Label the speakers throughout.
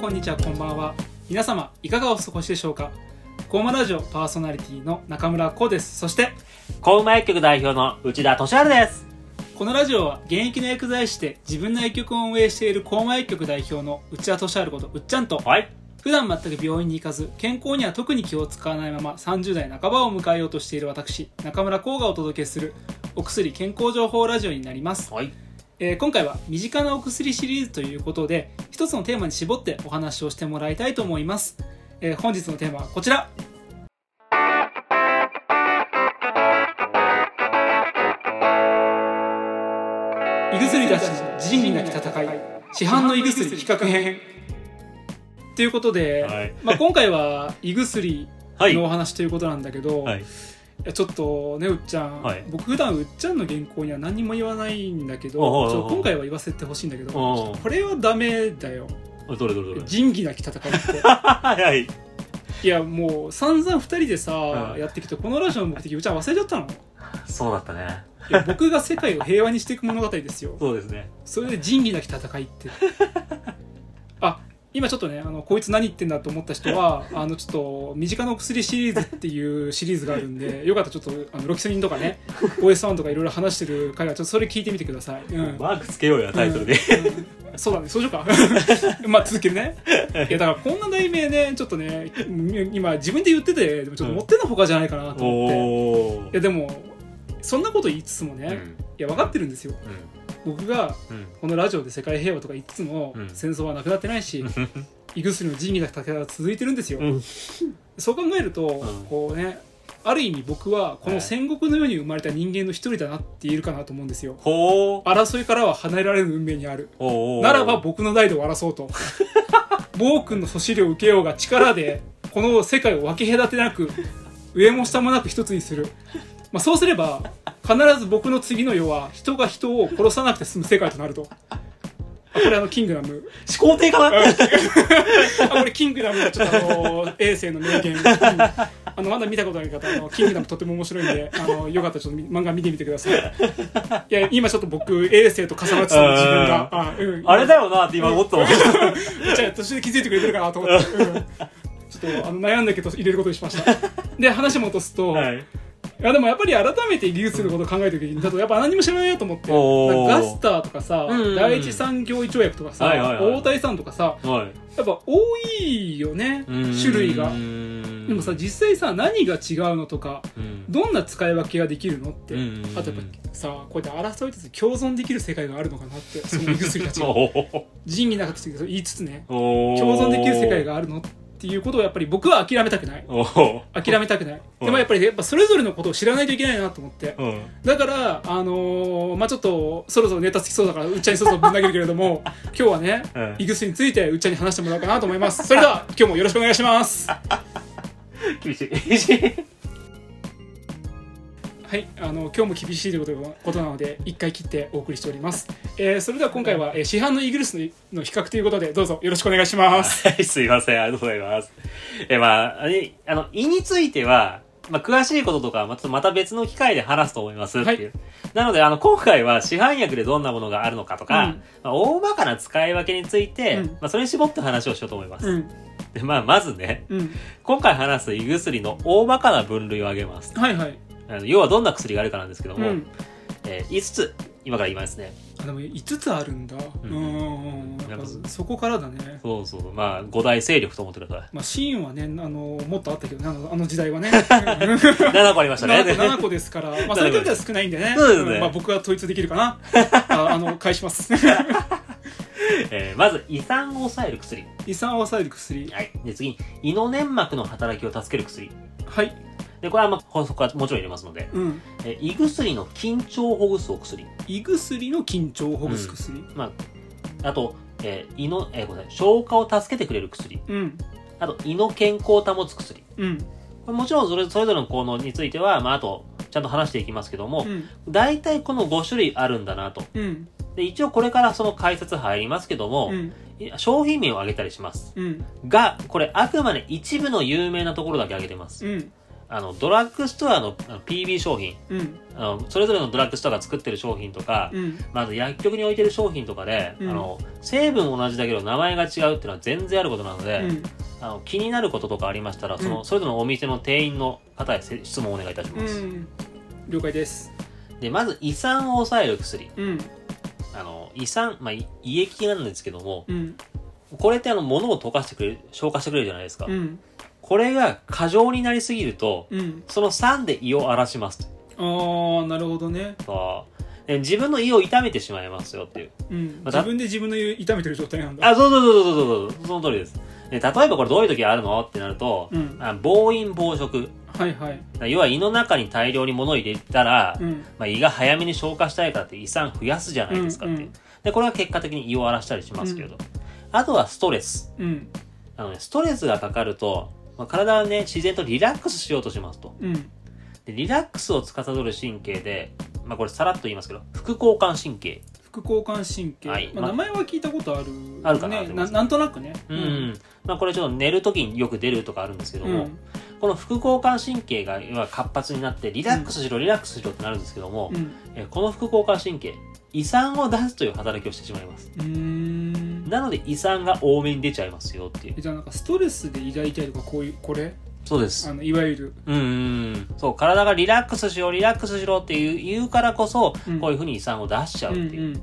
Speaker 1: こんにちはこんばんは皆様いかがお過ごしでしょうかゴーマラジオパーソナリティの中村浩ですそして
Speaker 2: 小馬薬局代表の内田敏治です。
Speaker 1: このラジオは現役の薬剤師で自分の薬局を運営している高馬薬局代表の内田敏治ことうっちゃんと
Speaker 2: はい。
Speaker 1: 普段全く病院に行かず健康には特に気を使わないまま30代半ばを迎えようとしている私中村浩がお届けするお薬健康情報ラジオになります、
Speaker 2: はい。
Speaker 1: えー今回は身近なお薬シリーズということで一つのテーマに絞ってお話をしてもらいたいと思います、えー本日のテーマはこちら胃薬たち仁義なき戦い市販の胃薬比較編ということで、
Speaker 2: はい
Speaker 1: まあ、今回は胃薬
Speaker 2: はい
Speaker 1: の。お話ということなんだけど、
Speaker 2: はいい。
Speaker 1: やちょっとねうっちゃん、
Speaker 2: はい
Speaker 1: 僕普段うっちゃんの原稿には何にも言わないんだけど
Speaker 2: おうおうおう
Speaker 1: ちょっと今回は言わせてほしいんだけど
Speaker 2: おうおう
Speaker 1: これはダメだよ
Speaker 2: どれどれど れ。
Speaker 1: 仁義なき戦い って
Speaker 2: はいはい。
Speaker 1: いやもう散々2人でさ、
Speaker 2: うん
Speaker 1: やってきてこのラジオの目的うっちゃん忘れちゃったの
Speaker 2: そうだったね。
Speaker 1: いや僕が世界を平和にしていく物語ですよ
Speaker 2: そうですね。
Speaker 1: それで仁義なき戦いって あ今ちょっとねあのこいつ何言ってんだと思った人 はあのちょっと身近なお薬シリーズっていうシリーズがあるん でよかったらちょっとあのロキソニンとかね OS1 とかいろいろ話してる回はちょっとそれ聞いてみてください、 うん
Speaker 2: マークつけようや、タイトルで。
Speaker 1: うんうんそうだねそうしようか まあ続ける ねいやだからこんな題名ねちょっとね今自分で言っててでもちょっと持ってんのほかじゃないかなと思って、い
Speaker 2: おー。
Speaker 1: やでもそんなこと言いつつもね、
Speaker 2: うん。う
Speaker 1: い
Speaker 2: ん
Speaker 1: や分かってるんですよ僕がこのラジオで世界平和とか言いつつも
Speaker 2: うん
Speaker 1: 戦争はなくなってない し、胃薬の仁義なき戦いは続いてるんですよ、
Speaker 2: うん。うん。
Speaker 1: そう考えると、
Speaker 2: ん
Speaker 1: こうねある意味僕はこ
Speaker 2: は
Speaker 1: の
Speaker 2: い
Speaker 1: 戦国のように生まれた人間の一人だなって言えるかなと思うんですよ
Speaker 2: ほー。
Speaker 1: 争いからは離れられる運命にある
Speaker 2: おー。
Speaker 1: ならば僕の代で終わらそう と暴君のそしりを受けようが力でこの世界を分け隔てなく上も下もなく一つにする、まあ、そうすれば必ず僕の次の世は人が人を殺さなくて済む世界となるとあこれあのキングダム
Speaker 2: 思考停かな
Speaker 1: あこれキングダムのちょっとあの衛星の名言、うんあのまだ見たことない方あのキングダムとても面白いんであのよかったらちょっとみ漫画見てみてくださいいや今ちょっと僕衛星と重なってたの自分があ,、うん、
Speaker 2: あれだよなって今思ったもん。
Speaker 1: じゃあ途中で気づいてくれてるかなと思って、うんちょっとあの悩んだけど入れることにしま したで話戻すと、、
Speaker 2: はいい。
Speaker 1: やでもやっぱり改めて流通のことを考える時にだとやっぱ何も知らないなと思って
Speaker 2: おー
Speaker 1: なんかガスターとかさ、
Speaker 2: うんうんうん
Speaker 1: 第一産業医腸薬とかさ、
Speaker 2: はいはいはい
Speaker 1: 大谷さんとかさ
Speaker 2: はい。
Speaker 1: やっぱ多いよね種類が
Speaker 2: で
Speaker 1: でもさ実際さ何が違うのとか
Speaker 2: うん。
Speaker 1: どんな使い分けができるのって、
Speaker 2: うんうんうん
Speaker 1: あとやっぱさこうやって争いつつ共存できる世界があるのかなってその胃薬たち が
Speaker 2: おー。
Speaker 1: 仁義なかった言いつつね
Speaker 2: 共
Speaker 1: 共存できる世界。があるのっていうことをやっぱり僕は諦めたくない
Speaker 2: おー。
Speaker 1: 諦めたくない
Speaker 2: うん
Speaker 1: でもやっぱりやっぱそれぞれのことを知らないといけないなと思って
Speaker 2: うん。
Speaker 1: だからあのーまあちょっとそろそろネタつきそうだからうっちゃんにそろそろぶん投げるけれど も今日はね
Speaker 2: うん
Speaker 1: イグスについてうっちゃんに話してもらおうかなと思いますそれ では今日もよろしくお願いします
Speaker 2: 厳しい。厳しい。
Speaker 1: はい、あの今日も厳しいということことなので一回切ってお送りしております、えーそれでは今回は、えー市販のイーグルスのの比較ということでどうぞよろしくお願いします
Speaker 2: はい、すいません。ありがとうございます。え、まあ、あれあの、胃については、まあ、詳しいこととかは、まあちょっとまた別の機会で話すと思いますっていう。なので、あの、今回は市販薬でどんなものがあるのかとか、
Speaker 1: うん
Speaker 2: まあ、大まかな使い分けについて、
Speaker 1: うん
Speaker 2: まあ、それに絞って話をしようと思います。
Speaker 1: うん
Speaker 2: で、まあ、まずね、
Speaker 1: うん
Speaker 2: 今回話す胃薬の大まかな分類を挙げます。
Speaker 1: はいはい
Speaker 2: あの要はどんな薬があるかなんですけど
Speaker 1: う
Speaker 2: も、
Speaker 1: ん
Speaker 2: えー5つ、今から言いますね。
Speaker 1: あでも5つあるんだうん
Speaker 2: ん
Speaker 1: うんうんやっぱそこからだね
Speaker 2: そうそうそう、まあ、5大勢力と思ってください。
Speaker 1: まあシーンはねあのもっとあったけどねあのあの時代は ね
Speaker 2: 7個ありましたね。
Speaker 1: 7個7個ですから、まあ、それだけは少ないんでね
Speaker 2: そうですね
Speaker 1: んまあ、僕は統一できるか なああの返します
Speaker 2: えーまず、胃酸を抑える薬。
Speaker 1: 胃酸を抑える薬
Speaker 2: はい。で、次に、胃の粘膜の働きを助ける薬。
Speaker 1: はい
Speaker 2: で、これはまあ、法則はもちろん入れますので、
Speaker 1: うん
Speaker 2: えー胃薬の緊張をほぐすお薬。
Speaker 1: 胃薬の緊張をほぐす薬
Speaker 2: まあ、あと、えー胃の、えーごめんなさい、消化を助けてくれる薬。
Speaker 1: うん
Speaker 2: あと、胃の健康を保つ薬。
Speaker 1: うん
Speaker 2: これもちろんそれ、それぞれの効能については、まあ、あと、ちゃんと話していきますけども
Speaker 1: う、ん
Speaker 2: 大体この5種類あるんだなと。
Speaker 1: うん
Speaker 2: で、一応これからその解説入りますけども
Speaker 1: う、ん
Speaker 2: い商品名を挙げたりします。
Speaker 1: うん
Speaker 2: が、これあくまで一部の有名なところだけ挙げてます。
Speaker 1: うん
Speaker 2: あのドラッグストアのあの PB 商品
Speaker 1: うん
Speaker 2: あのそれぞれのドラッグストアが作ってる商品とか、
Speaker 1: うん
Speaker 2: まず薬局に置いてる商品とかで、
Speaker 1: うん
Speaker 2: あの成分同じだけど名前が違うっていうのは全然あることなので、
Speaker 1: うん
Speaker 2: あの気になることとかありましたらその、
Speaker 1: うん
Speaker 2: それぞれのお店の店員の方へせ質問をお願いいたし
Speaker 1: う
Speaker 2: ます、
Speaker 1: ん了解です
Speaker 2: でまず胃酸を抑える薬
Speaker 1: うん
Speaker 2: あの胃酸、まあ、い胃液なんですけども
Speaker 1: うん
Speaker 2: これってあの物を溶かしてくれる消化してくれるじゃないですか、
Speaker 1: うん
Speaker 2: これが過剰になりすぎると
Speaker 1: うん
Speaker 2: その酸で胃を荒らしますと
Speaker 1: ああなるほどね、
Speaker 2: そうで自分の胃を痛めてしまいますよっていう
Speaker 1: うん、
Speaker 2: また
Speaker 1: 自分で自分の痛めてる状態なんだ
Speaker 2: あそうそうそうそうそうそうその通りですで例えばこれどういう時あるのってなると、
Speaker 1: うん
Speaker 2: あ暴飲暴食
Speaker 1: はいはい
Speaker 2: 要は胃の中に大量に物を入れたら、
Speaker 1: うん
Speaker 2: まあ、胃が早めに消化したいからって胃酸増やすじゃないですかっていう、
Speaker 1: うんうん
Speaker 2: でこれは結果的に胃を荒らしたりしますけれど、あとはストレス
Speaker 1: うん
Speaker 2: あの、ね、ストレスがかかると、まあ、体はね自然とリラックスしようとしますと
Speaker 1: うん
Speaker 2: でリラックスを司る神経で、まあ、これさらっと言いますけど副交感神経
Speaker 1: 副交感神経、
Speaker 2: はい
Speaker 1: まあ、名前は聞いたことある、ね、
Speaker 2: あるかなと思いま
Speaker 1: な
Speaker 2: す
Speaker 1: なんとなくね
Speaker 2: うん、まあ、これちょっと寝る時によく出るとかあるんですけど
Speaker 1: う
Speaker 2: も、
Speaker 1: ん
Speaker 2: この副交感神経が要は活発になってリラックスしろリラックスしろってなるんですけども、
Speaker 1: うん
Speaker 2: えーこの副交感神経胃酸を出すという働きをしてしまいます
Speaker 1: うーん
Speaker 2: なので胃酸が多めに出ちゃいますよっていう
Speaker 1: えじゃあなんかストレスで胃が痛いとかこういうこれ
Speaker 2: そうです
Speaker 1: あのいわゆる
Speaker 2: うんうんうんそう体がリラックスしろリラックスしろっていう言うからこそ、
Speaker 1: うん
Speaker 2: こういうふうに胃酸を出しちゃうっていう、
Speaker 1: ん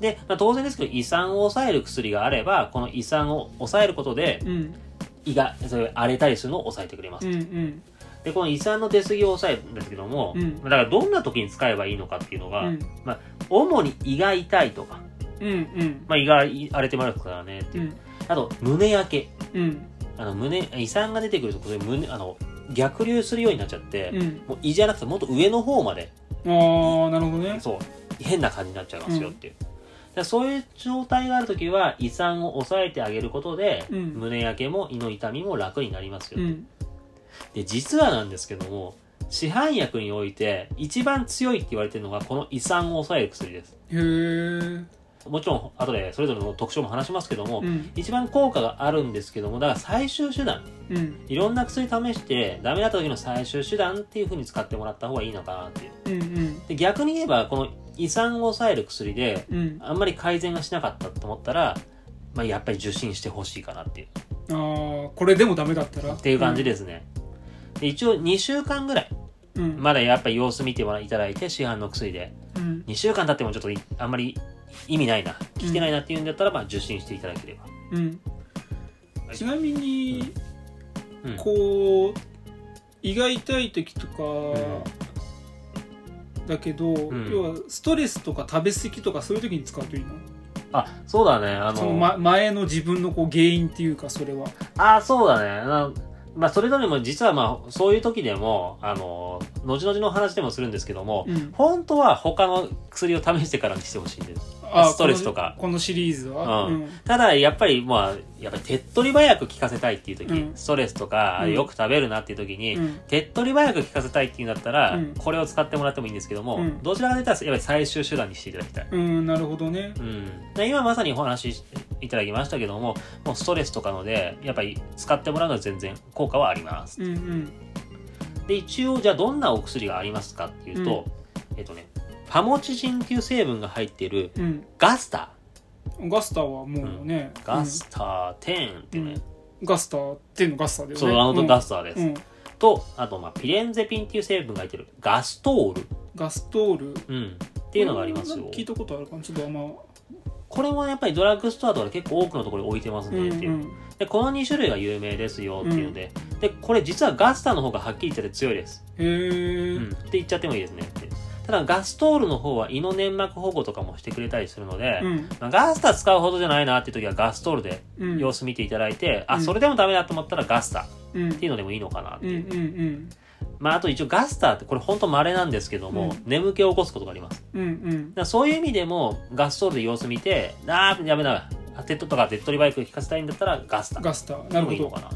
Speaker 2: で、まあ、当然ですけど胃酸を抑える薬があればこの胃酸を抑えることで
Speaker 1: うんうん
Speaker 2: 胃がそれ荒れたりするのを抑えてくれます、
Speaker 1: うんうん
Speaker 2: でこの胃酸の出過ぎを抑えるんですけども、
Speaker 1: うん
Speaker 2: だからどんな時に使えばいいのかっていうのが、
Speaker 1: うん
Speaker 2: 主に胃が痛いとか、
Speaker 1: うんうん
Speaker 2: まあ、胃が荒れてますからねって
Speaker 1: う
Speaker 2: いう、
Speaker 1: ん
Speaker 2: あと胸焼け
Speaker 1: うん
Speaker 2: あの胸胃酸が出てくるとこれ胸あの逆流するようになっちゃって、
Speaker 1: うん
Speaker 2: もう胃じゃなくてもっと上の方まで
Speaker 1: ああなるほどね
Speaker 2: そう変な感じになっちゃいますよっていう、だからそういう状態がある時は胃酸を抑えてあげることで、
Speaker 1: うん
Speaker 2: 胸焼けも胃の痛みも楽になりますよ、
Speaker 1: うん
Speaker 2: で実はなんですけども市販薬において一番強いって言われてるのがこの胃酸を抑える薬です
Speaker 1: へえ
Speaker 2: もちろん後でそれぞれの特徴も話しますけども、
Speaker 1: うん
Speaker 2: 一番効果があるんですけどもだから最終手段
Speaker 1: うん
Speaker 2: いろんな薬試してダメだった時の最終手段っていう風に使ってもらった方がいいのかなっていう
Speaker 1: うんうん
Speaker 2: で逆に言えばこの胃酸を抑える薬で
Speaker 1: うんあ
Speaker 2: あんまり改善がしなかったと思ったら、まあ、やっぱり受診してほしいかなっていう
Speaker 1: あこれでもダメだったら
Speaker 2: っていう感じですね、で一応2週間ぐらい
Speaker 1: うん
Speaker 2: まだやっぱり様子見てもらいただいて市販の薬で
Speaker 1: うん
Speaker 2: 2週間経ってもちょっといあんまり意味ないな効いてないなっていうんだったら、まあ、受診していただければ、
Speaker 1: うんちなみに
Speaker 2: うん
Speaker 1: こう胃が痛い時とか、だけど、
Speaker 2: ん
Speaker 1: 要はストレスとか食べ過ぎとかそういう時に使うといいの
Speaker 2: あそうだねあの
Speaker 1: その、ま、前の自分のこう原因っていうかそれは
Speaker 2: ああ、そうだね。なまあ、それぞれも実はまあ、そういう時でも、あの、後々の話でもするんですけども、
Speaker 1: うん
Speaker 2: 本当は他の薬を試してからにしてほしいんです。
Speaker 1: あ
Speaker 2: ストレスとか
Speaker 1: このこのシリーズは、
Speaker 2: うん
Speaker 1: ん
Speaker 2: ただ、やっぱり、まあ、やっぱり手っ取り早く効かせたいっていう時、
Speaker 1: うん
Speaker 2: ストレスとか、
Speaker 1: うん
Speaker 2: よく食べるなっていう時に、
Speaker 1: うん
Speaker 2: 手っ取り早く効かせたいっていうんだったら、
Speaker 1: うん
Speaker 2: これを使ってもらってもいいんですけども、
Speaker 1: うん
Speaker 2: どちらかというと、やっぱり最終手段にしていただきたい。
Speaker 1: うんなるほどね
Speaker 2: うん、で今まさにお話しいただきましたけども、もうストレスとかので、やっぱり使ってもらうのは全然効果はあります。
Speaker 1: うんうん
Speaker 2: で一応じゃあどんなお薬がありますかっていうと、えっとねファモチジンっていう成分が入っている
Speaker 1: うん
Speaker 2: ガスタ
Speaker 1: ガスターはもうね、
Speaker 2: ーガスター10っていうね、
Speaker 1: うんガスターっていうのガスターだよね
Speaker 2: そうあのガスターです、
Speaker 1: うんうん
Speaker 2: とあとまあピレンゼピンっていう成分が入ってるガストール、
Speaker 1: ガストールっ
Speaker 2: うん、っていうのがありますよ
Speaker 1: 聞いたことあるかなちょっとあんま
Speaker 2: これもやっぱりドラッグストアとかで結構多くのところに置いてます
Speaker 1: う
Speaker 2: ねっていう、
Speaker 1: ん
Speaker 2: でこの2種類が有名ですよっていうので、でこれ実はガスターの方がはっきり言っちゃって強いです
Speaker 1: うんへえ
Speaker 2: うん、って言っちゃってもいいですねってただガストールの方は胃の粘膜保護とかもしてくれたりするので、
Speaker 1: うん
Speaker 2: まあガスター使うほどじゃないなっていう時はガストールで
Speaker 1: うん
Speaker 2: 様子見ていただいて、
Speaker 1: う
Speaker 2: あ
Speaker 1: ん
Speaker 2: それでもダメだと思ったらガスターっ
Speaker 1: うん
Speaker 2: ていうのでもいいのかなって
Speaker 1: うん
Speaker 2: いう、
Speaker 1: うん
Speaker 2: まああと一応ガスターってこれほんと稀なんですけども、
Speaker 1: うん
Speaker 2: 眠気を起こすことがありますだか
Speaker 1: うんうん
Speaker 2: らそういう意味でもガストールで様子見てあーダメだあテッドとかデッドリバイク効かせたいんだったらガスター
Speaker 1: ガスターなる
Speaker 2: でもいい
Speaker 1: ほ
Speaker 2: の
Speaker 1: ど
Speaker 2: かな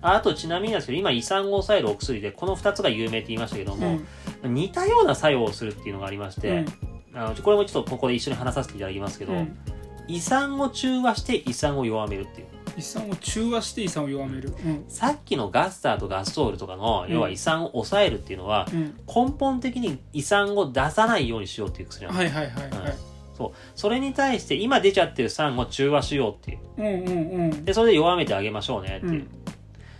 Speaker 2: ああとちなみになんですけど今胃酸を抑えるお薬でこの2つが有名って言いましたけど
Speaker 1: う
Speaker 2: も、
Speaker 1: ん
Speaker 2: 似たような作用をするっていうのがありまし
Speaker 1: う
Speaker 2: て
Speaker 1: ん、
Speaker 2: あのこれもちょっとここで一緒に話させていただきますけど、
Speaker 1: うん
Speaker 2: 胃酸を中和して胃酸を弱めるっていう
Speaker 1: 遺産を中和して遺産を弱めるうん
Speaker 2: さっきのガスターとガストールとかの、
Speaker 1: うん
Speaker 2: 要は遺産を抑えるっていうのは、
Speaker 1: うん
Speaker 2: 根本的に遺産を出さないようにしようっていう薬なの、
Speaker 1: はいはいはいはい、
Speaker 2: そうそれに対して今出ちゃってる産を中和しようっていう
Speaker 1: うんうんうん
Speaker 2: でそれで弱めてあげましょうねって
Speaker 1: う
Speaker 2: いう、
Speaker 1: ん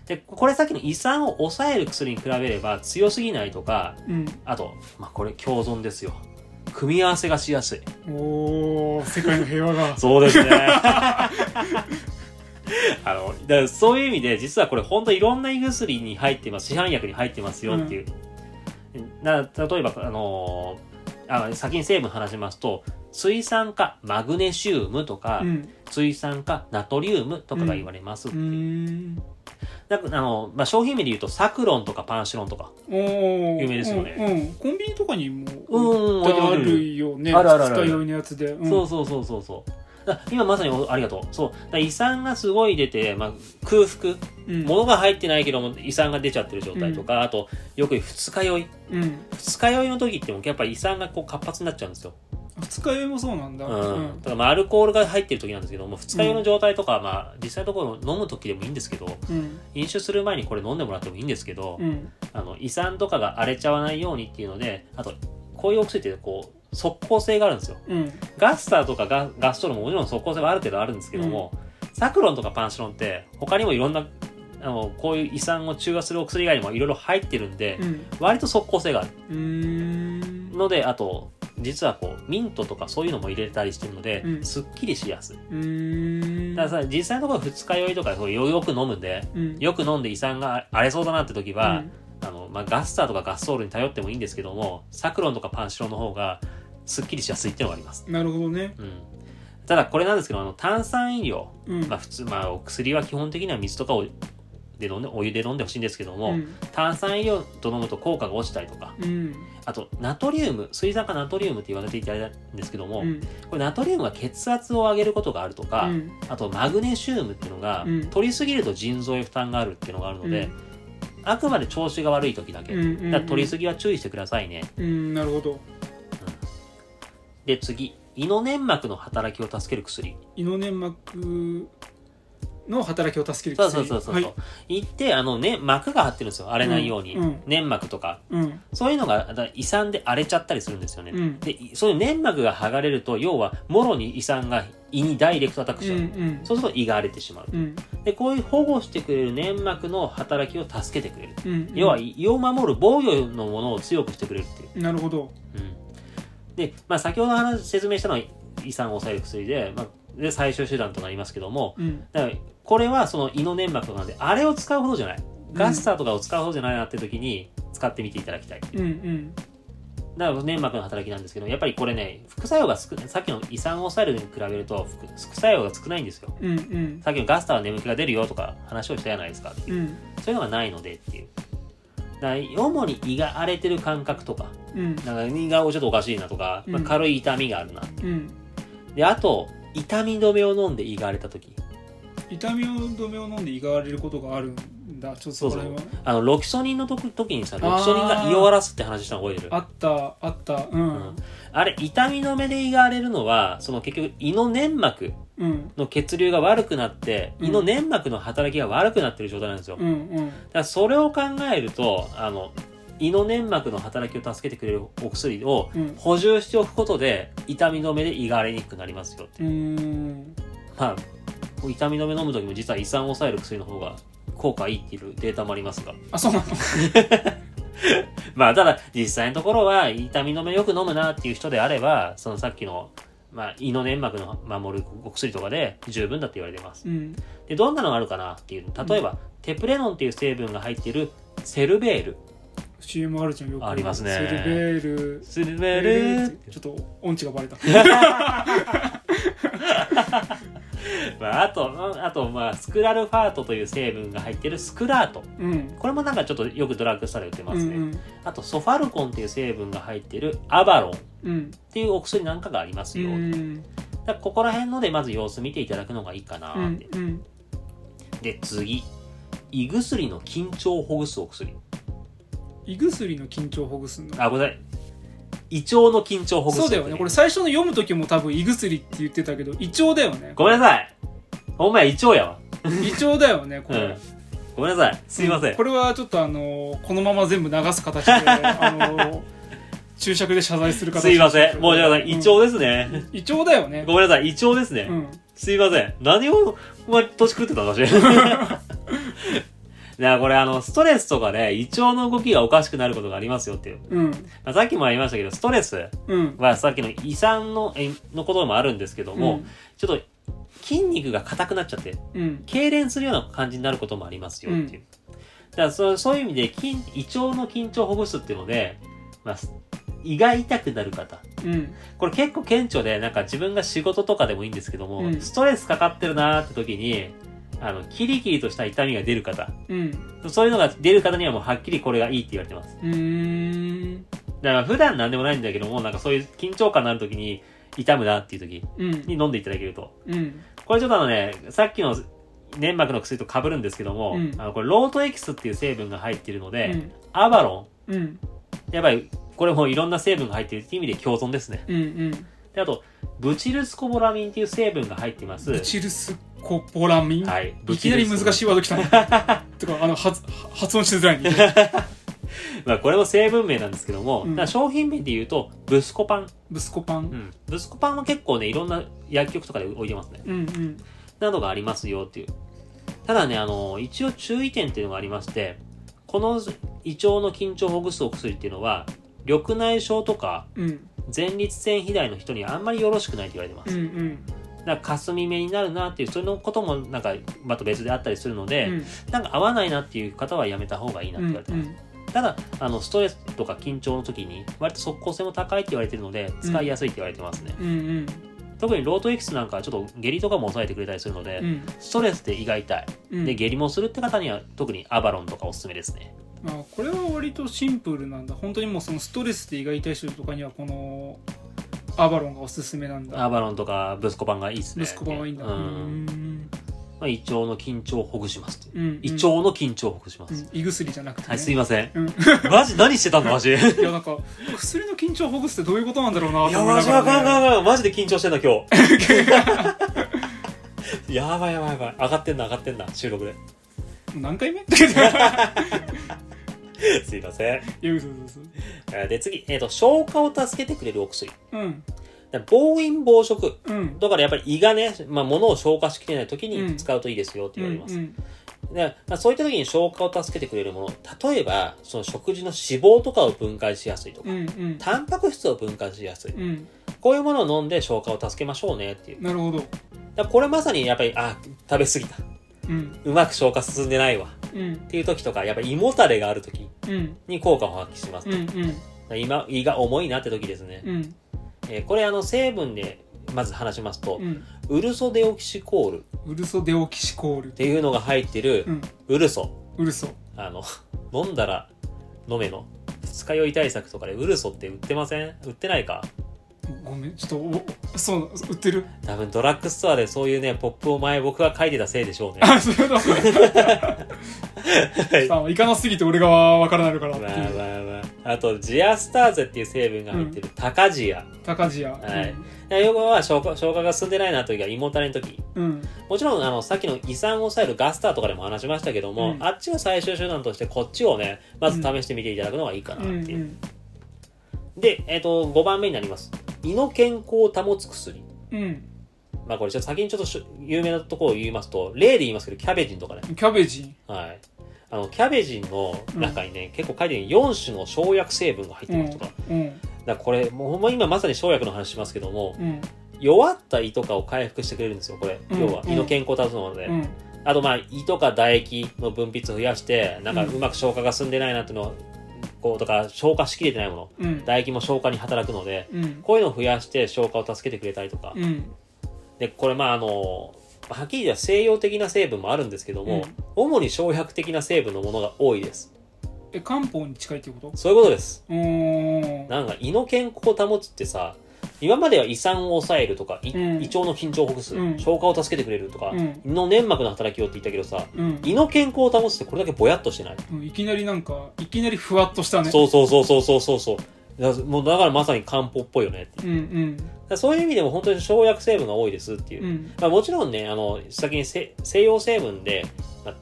Speaker 2: でこれさっきの遺産を抑える薬に比べれば強すぎないとか
Speaker 1: うん
Speaker 2: あと、まあ、これ共存ですよ組み合わせがしやすい
Speaker 1: おー世界の平和 が
Speaker 2: そうですねあのだからそういう意味で実はこれ本当いろんな胃薬に入ってます市販薬に入ってますよっていう、な例えばあのーあ先に成分話しますと水酸化マグネシウムとか、
Speaker 1: うん
Speaker 2: 水酸化ナトリウムとかが言われます、
Speaker 1: うーん
Speaker 2: なんかあの、まあ、商品名で言うとサクロンとかパンシロンとか、
Speaker 1: おー
Speaker 2: 有名ですよね
Speaker 1: うんうん、コンビニとかにも
Speaker 2: うん
Speaker 1: 置いてあるよね
Speaker 2: あるあるある
Speaker 1: 二日酔いのやつで、うん、
Speaker 2: そうそうそうそうそうだ今まさにおありがとうそうだから胃酸がすごい出て、まあ、空腹
Speaker 1: うん
Speaker 2: 物が入ってないけども胃酸が出ちゃってる状態とか、あとよく二日酔い
Speaker 1: うん
Speaker 2: 二日酔いの時ってもやっぱり胃酸がこう活発になっちゃうんですよ、
Speaker 1: 二日酔いもそうなんだ、
Speaker 2: うんただまあアルコールが入ってる時なんですけども二日酔いの状態とかは、まあ、実際のところ飲む時でもいいんですけど
Speaker 1: うん
Speaker 2: 飲酒する前にこれ飲んでもらってもいいんですけど、
Speaker 1: うん
Speaker 2: あの胃酸とかが荒れちゃわないようにっていうのであとこういうお薬ってこう即効性があるんですよ
Speaker 1: うん
Speaker 2: ガスターとかガガストロンももちろん即効性はある程度あるんですけども、サクロンとかパンシロンって他にもいろんなあのこういう胃酸を中和するお薬以外にもいろいろ入ってるんで、
Speaker 1: うん
Speaker 2: 割と即効性がある
Speaker 1: うーん
Speaker 2: のであと実はこうミントとかそういうのも入れたりしてるので、
Speaker 1: うん
Speaker 2: すっきりしやすいう
Speaker 1: ーん
Speaker 2: たださ実際のところ二日酔いとかそうよよく飲むんで
Speaker 1: うん
Speaker 2: よく飲んで胃酸が荒れそうだなって時は、
Speaker 1: うん
Speaker 2: あの、まあ、ガスターとかガスソールに頼ってもいいんですけども、サクロンとかパンシロンの方が、すっきりしやすいっていうのがあります。
Speaker 1: なるほどね
Speaker 2: うん。ただ、これなんですけど、あの、炭酸飲料。
Speaker 1: うん
Speaker 2: まあ、普通、まあ、お薬は基本的には水とかを、で飲んで、お湯で飲んでほしいんですけど
Speaker 1: う
Speaker 2: も、
Speaker 1: ん
Speaker 2: 炭酸飲料と飲むと効果が落ちたりとか、
Speaker 1: うん
Speaker 2: あと、ナトリウム、水酸化ナトリウムって言われていただいたんですけども、
Speaker 1: うん
Speaker 2: これナトリウムは血圧を上げることがあるとか、
Speaker 1: うん
Speaker 2: あと、マグネシウムっていうのが、
Speaker 1: うん
Speaker 2: 取りすぎると腎臓へ負担があるっていうのがあるので、
Speaker 1: うん
Speaker 2: あくまで調子が悪い時だけ、
Speaker 1: うんうんうん
Speaker 2: だから取りすぎは注意してくださいね
Speaker 1: うんなるほど
Speaker 2: で次胃の粘膜の働きを助ける薬
Speaker 1: 胃の粘膜の働きを助ける
Speaker 2: そう
Speaker 1: 薬
Speaker 2: そうそうそう、
Speaker 1: はい
Speaker 2: 胃ってあの、ね、膜が張ってるんですよ荒れないように、
Speaker 1: うんうん
Speaker 2: 粘膜とか
Speaker 1: うん
Speaker 2: そういうのがだから胃酸で荒れちゃったりするんですよね、
Speaker 1: うん
Speaker 2: でいそういう粘膜が剥がれると要はもろに胃酸が胃にダイレクトアタック
Speaker 1: う
Speaker 2: し
Speaker 1: ん
Speaker 2: ちゃう、
Speaker 1: うん
Speaker 2: そうすると胃が荒れてしまう
Speaker 1: うん
Speaker 2: でこういう保護してくれる粘膜の働きを助けてくれる
Speaker 1: うん
Speaker 2: 要は胃を守る防御のものを強くしてくれるっていう
Speaker 1: なるほど
Speaker 2: うんで、まあ、先ほど話説明したのは胃酸を抑える薬で,、まあ、で最終手段となりますけども
Speaker 1: うん
Speaker 2: だからこれはその胃の粘膜なんであれを使うほどじゃないガスターとかを使うほどじゃないなって時に使ってみていただきたい
Speaker 1: うんうん
Speaker 2: だから粘膜の働きなんですけどやっぱりこれね副作用が少ないさっきの胃酸を抑えるに比べると副副作用が少ないんですよ
Speaker 1: うんうん
Speaker 2: さっきのガスターは眠気が出るよとか話をしたじゃないですかってい
Speaker 1: う
Speaker 2: う
Speaker 1: ん
Speaker 2: そういうのがないのでっていうだから主に胃が荒れてる感覚とか
Speaker 1: うん
Speaker 2: なんか胃がちょっとおかしいなとか、まあ
Speaker 1: うん
Speaker 2: 軽い痛みがあるな
Speaker 1: うん
Speaker 2: で、あと、痛み止めを飲んで胃が荒れた時。
Speaker 1: 痛みを止めを飲んで胃が荒れることがあるんだちょっとそこら辺は
Speaker 2: あの、ロキソニンのとき時にさ、
Speaker 1: ー
Speaker 2: ロキソニンが胃を荒らすって話したの覚えてる
Speaker 1: あったあったう
Speaker 2: うんんあれ、痛み止めで胃が荒れるのは、その結局胃の粘膜
Speaker 1: うん
Speaker 2: の血流が悪くなって、
Speaker 1: うん
Speaker 2: 胃の粘膜の働きが悪くなってる状態なんですよ。
Speaker 1: う
Speaker 2: だか
Speaker 1: んうん
Speaker 2: らそれを考えると、あの、胃の粘膜の働きを助けてくれるお薬を
Speaker 1: うん
Speaker 2: 補充しておくことで、痛み止めで胃が荒れにくくなりますよって
Speaker 1: うーん
Speaker 2: まあ、痛み止め飲む時も実は胃酸を抑える薬の方が効果いいっていうデータもありますが。
Speaker 1: あそうなの
Speaker 2: まあ、ただ、実際のところは、痛み止めよく飲むなっていう人であれば、そのさっきの、まあ、胃の粘膜の守るお薬とかで十分だって言われてます。
Speaker 1: うん
Speaker 2: で、どんなのがあるかなっていう、例えば、テプレノンっていう成分が入っているセルベール。
Speaker 1: CM あるじゃんよく
Speaker 2: ありますね
Speaker 1: セルベール
Speaker 2: セル
Speaker 1: セ
Speaker 2: ベ
Speaker 1: ルベ
Speaker 2: ー
Speaker 1: ールちょっと音痴がバレた
Speaker 2: ル、まあ、あと、うんあと、まあ、スクラルファートという成分が入っているスクラート。
Speaker 1: うん
Speaker 2: これもなんかちょっとよくドラッグストアで売って
Speaker 1: う
Speaker 2: ま
Speaker 1: んう
Speaker 2: すね。
Speaker 1: ん
Speaker 2: あと、ソファルコンっていう成分が入っているアバロン。
Speaker 1: うん
Speaker 2: っていうお薬なんかがあります
Speaker 1: う
Speaker 2: よ。だ
Speaker 1: ん
Speaker 2: からここら辺のでまず様子見ていただくのがいいかな
Speaker 1: う
Speaker 2: って
Speaker 1: ん。うん
Speaker 2: で、次。胃薬の緊張をほぐすお薬。
Speaker 1: 胃薬の緊張をほぐすんだ
Speaker 2: あ、ごめんなさい。胃腸の緊張をほぐすお
Speaker 1: そう
Speaker 2: 薬。
Speaker 1: だよねこれ最初の読む時も多分胃薬って言ってたけど胃腸だよね
Speaker 2: ごめんなさい。お前胃腸やわ。
Speaker 1: 微調だよねこ
Speaker 2: う
Speaker 1: れ、
Speaker 2: ん。ごめんなさい。すいません。
Speaker 1: これはちょっとあのこのまま全部流す形であの注釈で謝罪する形
Speaker 2: すいません。もうじゃあ、
Speaker 1: ん
Speaker 2: 胃腸ですね。
Speaker 1: 胃腸だよね
Speaker 2: ごめんなさい。胃腸ですね。
Speaker 1: うん
Speaker 2: すいません。何を、お前、年食っ てた私。だからこれあの、ストレスとかで胃腸の動きがおかしくなることがありますよっていう。
Speaker 1: うん
Speaker 2: まあ、さっきもありましたけど、ストレス
Speaker 1: うん
Speaker 2: はさっきの胃酸の、えのこともあるんですけども、
Speaker 1: うん
Speaker 2: ちょっと筋肉が硬くなっちゃって、
Speaker 1: うん
Speaker 2: 痙攣するような感じになることもありますよっていう。だからそそういう意味で筋、胃腸の緊張をほぐすっていうので、まあ、す胃が痛くなる方。
Speaker 1: うん
Speaker 2: これ結構顕著で、なんか自分が仕事とかでもいいんですけども、
Speaker 1: うん
Speaker 2: ストレスかかってるなーって時に、あの、キリキリとした痛みが出る方。
Speaker 1: うん
Speaker 2: そういうのが出る方にはもうはっきりこれがいいって言われてます。
Speaker 1: うーん
Speaker 2: だから普段なんでもないんだけども、なんかそういう緊張感のある時に痛むなっていう時
Speaker 1: うん
Speaker 2: に飲んでいただけると。
Speaker 1: うん
Speaker 2: これちょっとあのね、さっきの粘膜の薬と被るんですけども、
Speaker 1: うん
Speaker 2: あのこれロートエキスっていう成分が入っているの
Speaker 1: う
Speaker 2: で、
Speaker 1: ん
Speaker 2: アバロ
Speaker 1: うん
Speaker 2: ン、やっぱりこれもいろんな成分が入っているっていう意味で共存ですね。
Speaker 1: うんうん
Speaker 2: で、あと、ブチルスコボラミンっていう成分が入ってます。
Speaker 1: ブチルスコポラミン、
Speaker 2: はい。
Speaker 1: いきなり難しいワードきたねてかあの発発音しづらいね
Speaker 2: まあ、これも成分名なんですけども、
Speaker 1: うん
Speaker 2: だから商品名で言うと、ブスコパン。
Speaker 1: ブスコパ
Speaker 2: う
Speaker 1: ン
Speaker 2: ん。ブスコパンは結構ね、いろんな薬局とかで置いてますね。
Speaker 1: うんうん
Speaker 2: などがありますよっていう。ただね、あの、一応注意点っていうのがありまして、この胃腸の緊張をほぐすお薬っていうのは、緑内障とか
Speaker 1: うん
Speaker 2: 前立腺肥大の人にあんまりよろしくないと言われてま
Speaker 1: うんう
Speaker 2: す。
Speaker 1: ん
Speaker 2: だから、霞目になるなっていう、それのこともなんか、また別であったりするの
Speaker 1: う
Speaker 2: で、
Speaker 1: ん
Speaker 2: なんか合わないなっていう方はやめた方がいいなっ
Speaker 1: う
Speaker 2: て言
Speaker 1: ん
Speaker 2: われてます。ただあのストレスとか緊張の時に割と即効性も高いって言われてるので使いやすいって言われてますね、
Speaker 1: うん
Speaker 2: 特にロートエキスなんかはちょっと下痢とかも抑えてくれたりするので、
Speaker 1: うん
Speaker 2: ストレスで胃が痛い、
Speaker 1: うん
Speaker 2: で下痢もするって方には特にアバロンとかおすすめですね
Speaker 1: まあこれは割とシンプルなんだ本当にもうそのストレスで胃が痛い人とかにはこのアバロンがおすすめなんだ
Speaker 2: アバロンとかブスコパンがいいですね
Speaker 1: 息子版はいいんだ
Speaker 2: う
Speaker 1: うんん
Speaker 2: まあ、胃腸の緊張をほぐしますっていう、
Speaker 1: うん
Speaker 2: 胃腸の緊張をほぐします、
Speaker 1: うん胃薬じゃなくてね
Speaker 2: はいすいません
Speaker 1: うんい
Speaker 2: マジ何してたんだ マジいや
Speaker 1: やなんか薬の緊張をほぐすってどういうことなんだろうなと思い
Speaker 2: マ
Speaker 1: な
Speaker 2: ジわかん
Speaker 1: がら
Speaker 2: わ
Speaker 1: ね
Speaker 2: かんマジで緊張してんだ今 日やばいやばいやばい上がってんな上がってんな収録で
Speaker 1: 何回目いや
Speaker 2: すいません
Speaker 1: 嘘嘘嘘
Speaker 2: えーで、次、えっ、と、消化を助けてくれるお薬。
Speaker 1: うん
Speaker 2: だ暴飲暴食。
Speaker 1: うん
Speaker 2: だからやっぱり胃がね、まあ、物を消化しきれない時
Speaker 1: う
Speaker 2: に
Speaker 1: ん
Speaker 2: 使うといいですよって
Speaker 1: うん
Speaker 2: 言
Speaker 1: う
Speaker 2: われます。
Speaker 1: ん
Speaker 2: でまあ、そういった時に消化を助けてくれるもの、例えば、その食事の脂肪とかを分解しやすいとか、
Speaker 1: うんうん
Speaker 2: タンパク質を分解しやすい。
Speaker 1: うん
Speaker 2: こういうものを飲んで消化を助けましょうねっていう。
Speaker 1: なるほど
Speaker 2: だこれまさにやっぱり、あ、食べ過ぎた。
Speaker 1: うん
Speaker 2: うまく消化進んでないわ。
Speaker 1: うん
Speaker 2: っていう時とか、やっぱり胃もたれがある時
Speaker 1: うん
Speaker 2: に効果を発揮します。
Speaker 1: うんうん
Speaker 2: 今、胃が重いなって時ですね。
Speaker 1: うん
Speaker 2: えーこれあの成分でまず話しますと、
Speaker 1: うん
Speaker 2: ウルソデオキシコールっ
Speaker 1: ウルソデオキシコール
Speaker 2: ていうのが入ってる
Speaker 1: うん
Speaker 2: ウルソ、
Speaker 1: ウルソ
Speaker 2: あの 飲んだら飲めの二日酔い対策とかでウルソって売ってません売ってないか
Speaker 1: ごめんちょっとおそう売ってる
Speaker 2: 多分ドラッグストアでそういうねポップを前僕が書いてたせいでしょう ね
Speaker 1: あそういう こと
Speaker 2: はい
Speaker 1: あ行かなすぎて俺がわからないのかな
Speaker 2: ま
Speaker 1: っ
Speaker 2: あ
Speaker 1: て
Speaker 2: ま
Speaker 1: いう
Speaker 2: あまああとジアスターゼっていう成分が入ってるタカジア
Speaker 1: 高地屋
Speaker 2: はい要は消化消化が進んでないなというか胃もたれの時
Speaker 1: うん
Speaker 2: もちろんあのさっきの胃酸を抑えるガスターとかでも話しましたけども、
Speaker 1: うん
Speaker 2: あっちを最終手段としてこっちをねまず試してみていただくのがいいかな
Speaker 1: う
Speaker 2: っ
Speaker 1: んう
Speaker 2: ていう、
Speaker 1: ん
Speaker 2: で、えっと5番目になります胃の健康を保つ薬
Speaker 1: うん
Speaker 2: まあこれちょっと先にちょっとし有名なところを言いますと例で言いますけどキャベジンとかね
Speaker 1: キャベジ
Speaker 2: はいあのキャベジンの中にね、結構書いてある4種の生薬成分が入ってますとか,、
Speaker 1: うん
Speaker 2: だからこれもうほんま今まさに生薬の話しますけども
Speaker 1: うん
Speaker 2: 弱った胃とかを回復してくれるんですよこれ
Speaker 1: うん
Speaker 2: 要は
Speaker 1: うん
Speaker 2: 胃の健康を保つので、
Speaker 1: うん
Speaker 2: あとまあ胃とか唾液の分泌増やしてなんか
Speaker 1: うん
Speaker 2: うまく消化が進んでないなっていうのをこうとか消化しきれてないもの
Speaker 1: うん
Speaker 2: 唾液も消化に働くので
Speaker 1: うん
Speaker 2: こういうのを増やして消化を助けてくれたりとか
Speaker 1: うん
Speaker 2: でこれまああのはっきり言えば西洋的な成分もあるんですけども、
Speaker 1: うん
Speaker 2: 主に生薬的な成分のものが多いです
Speaker 1: え漢方に近いってこと
Speaker 2: そういうことです
Speaker 1: うーん
Speaker 2: なんか胃の健康を保つってさ今までは胃酸を抑えるとか、い
Speaker 1: うん
Speaker 2: 胃腸の緊張をほぐす、
Speaker 1: うん
Speaker 2: 消化を助けてくれるとか、
Speaker 1: うん
Speaker 2: 胃の粘膜の働きをって言ったけどさ
Speaker 1: うん
Speaker 2: 胃の健康を保つってこれだけぼやっとしてない
Speaker 1: うんいきなりなんかいきなりふわっとしたね
Speaker 2: そうそうそうそうそうそうそう。だからもうだからまさに漢方っぽいよねっていう
Speaker 1: うんうん
Speaker 2: だからそういう意味でも本当に生薬成分が多いですっていう
Speaker 1: う。ん
Speaker 2: まあ、もちろんね、あの、先にせ西洋成分で、まあ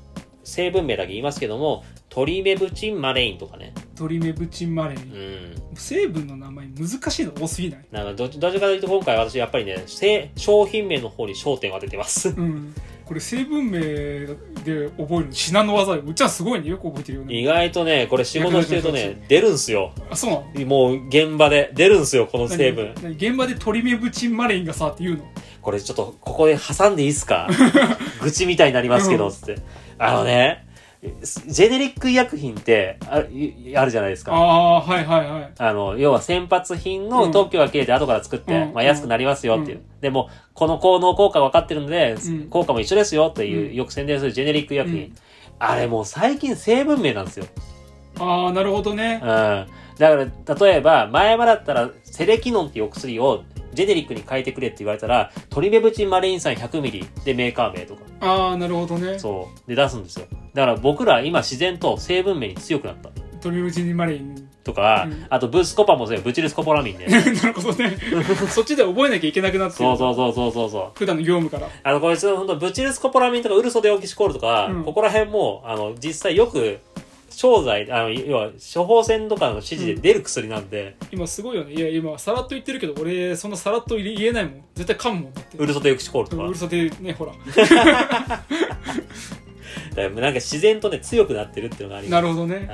Speaker 2: 成分名だけ言いますけども、トリメブチンマレインとかね。
Speaker 1: トリメブチンマレ
Speaker 2: う
Speaker 1: ン
Speaker 2: ん。
Speaker 1: 成分の名前難しいの多すぎない
Speaker 2: なんかどっち、どちらかというと今回私やっぱりね、せ商品名の方に焦点を当ててます。
Speaker 1: うんこれ成分名で覚えるの至難の技ようちはすごいねよく覚えてるよね
Speaker 2: 意外とね、これ仕事してるとね、出るんすよ。
Speaker 1: あそうなの
Speaker 2: もう現場で出るんすよ、この成分
Speaker 1: 何。何現場でトリメブチンマレインがさって言うの
Speaker 2: これちょっとここで挟んでいいっすか愚痴みたいになりますけど、
Speaker 1: うん
Speaker 2: つって。あのね、ジェネリック医薬品ってあいあるじゃないですか。
Speaker 1: ああーはいはいはい
Speaker 2: あの、要は先発品の特許が切れて後から作って、
Speaker 1: うん
Speaker 2: まあ、安くなりますよっていう。
Speaker 1: うん
Speaker 2: でも、この効能効果分かってるので、
Speaker 1: うん
Speaker 2: 効果も一緒ですよっていう、
Speaker 1: うん
Speaker 2: よく宣伝するジェネリック医薬品。
Speaker 1: うん
Speaker 2: あれもう最近成分名なんですよ。
Speaker 1: ああなるほどね
Speaker 2: うん。だから、例えば、前まだったら、セレキノンっていうお薬をジェネリックに変えてくれって言われたら、トリメブチンマレイン酸 100ml でメーカー名とか、
Speaker 1: ああなるほどね
Speaker 2: そう、で出すんですよ。だから僕ら今自然と成分名に強くなった。
Speaker 1: トリメブチンマレイン
Speaker 2: とか、
Speaker 1: うん
Speaker 2: あとブスコパもそうや、ブチルスコポラミン ね。
Speaker 1: なるほどねそっちで覚えなきゃいけなくなってる
Speaker 2: そうそうそうそうそうそう。
Speaker 1: 普段の業務から
Speaker 2: あの、これ、ほんと、ブチルスコポラミンとか、ウルソデオキシコールとか、
Speaker 1: うん
Speaker 2: ここら辺も、あの、実際よく、商材、あの、要は、処方箋とかの指示で出る薬なんで、
Speaker 1: 今すごいよねいや今さらっと言ってるけど俺そんなさらっと言えないもん絶対噛むもんだって
Speaker 2: ウルソデオキシコールとか
Speaker 1: うる、さでねほら
Speaker 2: だからなんか自然とね、強くなってるっていうのがありま
Speaker 1: なる
Speaker 2: す。
Speaker 1: ほどね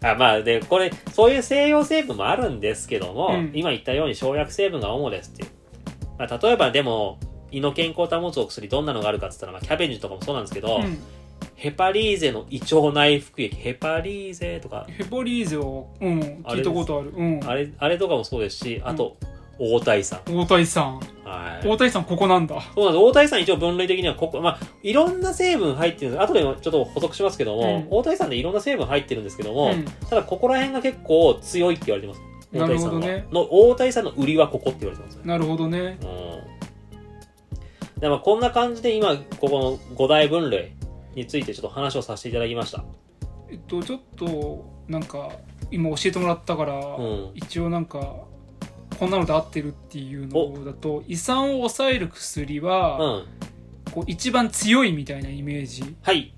Speaker 2: はい。あまあ、で、これ、そういう西洋成分もあるんですけども、
Speaker 1: うん
Speaker 2: 今言ったように生薬成分が主ですっていう。まあ、例えばでも、胃の健康を保つお薬どんなのがあるかって言ったら、まあ、キャベジとかもそうなんですけど、
Speaker 1: うん
Speaker 2: ヘパリーゼの胃腸内服液、ヘパリーゼとか、
Speaker 1: ヘポリーゼを、うん、聞いたことあるうん
Speaker 2: あれ、あれとかもそうですし、あと、大体さ
Speaker 1: 大谷さん
Speaker 2: ん。はい。
Speaker 1: 大谷さんここなんだ
Speaker 2: そうなんです。大体さん一応分類的にはここ、まあ、いろんな成分入ってるんです。後でもちょっと補足しますけども、
Speaker 1: うん
Speaker 2: 大体さんでいろんな成分入ってるんですけども、
Speaker 1: うん
Speaker 2: ただここら辺が結構強いって言われてます。大
Speaker 1: なる
Speaker 2: 体さ
Speaker 1: ほど
Speaker 2: んは。
Speaker 1: ね
Speaker 2: の大体さんの売りはここって言われてますね。
Speaker 1: なるほどね
Speaker 2: うん。でまあこんな感じで今、ここの5大分類についてちょっと話をさせていただきました。
Speaker 1: えっとちょっとなんか今教えてもらったから、
Speaker 2: うん。
Speaker 1: 一応なんかこんなので合ってるっていうのだと胃酸を抑える薬
Speaker 2: う
Speaker 1: は、
Speaker 2: ん。
Speaker 1: こう一番強いみたいなイメージ
Speaker 2: はい。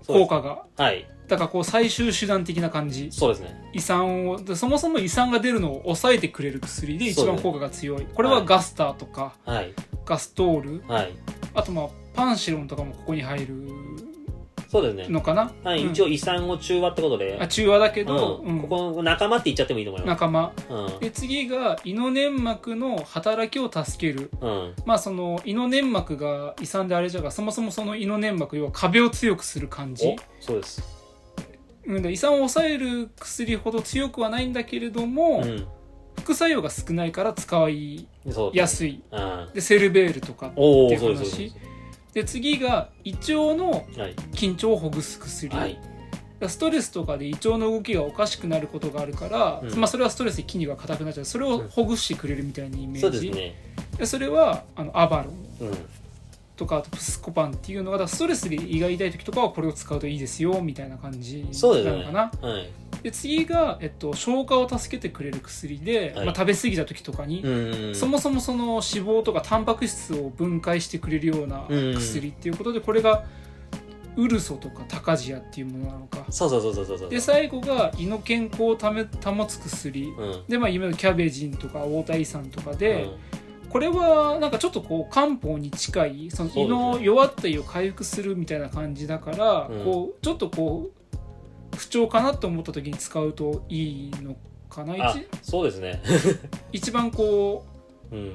Speaker 2: そう
Speaker 1: 効
Speaker 2: です
Speaker 1: 果が
Speaker 2: はい。
Speaker 1: だからこう最終手段的な感じ
Speaker 2: そうですね。
Speaker 1: 胃酸をでそもそも胃酸が出るのを抑えてくれる薬で一
Speaker 2: そう
Speaker 1: 番
Speaker 2: ね
Speaker 1: 効果が強いこれ
Speaker 2: は
Speaker 1: はいガスターとか
Speaker 2: はい。
Speaker 1: ガストール
Speaker 2: はい。
Speaker 1: あとまあパンシロンとかもここに入る
Speaker 2: そうですね。
Speaker 1: のかな、
Speaker 2: はい、
Speaker 1: うん
Speaker 2: 一応遺産を中和ってことで
Speaker 1: あ、中和だけど、
Speaker 2: う、
Speaker 1: うんん
Speaker 2: ここの仲間って言っちゃってもいいと思います。
Speaker 1: 仲間
Speaker 2: うん、
Speaker 1: で次が胃の粘膜の働きを助ける
Speaker 2: うん、
Speaker 1: まあその胃の粘膜が胃酸であれじゃがそもそもその胃の粘膜要は壁を強くする感じ
Speaker 2: お、そうです。
Speaker 1: うん、で胃酸を抑える薬ほど強くはないんだけれども、
Speaker 2: う
Speaker 1: 副作用が少ないから使い
Speaker 2: ん、そう。
Speaker 1: やすい
Speaker 2: うん、
Speaker 1: でセルベールとか
Speaker 2: お
Speaker 1: ってい
Speaker 2: お、
Speaker 1: う
Speaker 2: そう
Speaker 1: 話
Speaker 2: です。そうです
Speaker 1: で次が胃腸の
Speaker 2: はい、
Speaker 1: 緊張をほぐす薬、
Speaker 2: はい、
Speaker 1: ストレスとかで胃腸の動きがおかしくなることがあるから、
Speaker 2: うん
Speaker 1: まあ、それはストレスで筋肉が硬くなっちゃうそれをほぐしてくれるみたいなイメ
Speaker 2: そ
Speaker 1: ー
Speaker 2: うです
Speaker 1: ジ、
Speaker 2: ね。
Speaker 1: でそれはあのアバロン
Speaker 2: うん、
Speaker 1: とかあとプスコパンっていうのがだからストレスで胃が痛い時とかはこれを使うといいですよみたいな感じ
Speaker 2: そうです
Speaker 1: なの
Speaker 2: ね。
Speaker 1: かな
Speaker 2: はい、
Speaker 1: で次が、えっと、消化を助けてくれる薬で、
Speaker 2: はい
Speaker 1: まあ、食べ過ぎた時とかに、
Speaker 2: うん、
Speaker 1: そもそもその脂肪とかタンパク質を分解してくれるような
Speaker 2: うん
Speaker 1: 薬っていうことでこれがウルソとかタカジアっていうものなのか
Speaker 2: そうそうそうそうそうそう。
Speaker 1: で最後が胃の健康をため保つ薬
Speaker 2: うん、
Speaker 1: でまあ夢のキャベジンとか大谷さんとかで、
Speaker 2: うん、
Speaker 1: これはなんかちょっとこう漢方に近いその
Speaker 2: そう
Speaker 1: 胃
Speaker 2: ですね
Speaker 1: の弱った胃を回復するみたいな感じだから、
Speaker 2: うん
Speaker 1: こうちょっとこう不調かなと思った時に使うといいのかな
Speaker 2: あ
Speaker 1: 一、
Speaker 2: そうですね。
Speaker 1: 一番こ
Speaker 2: うん、
Speaker 1: う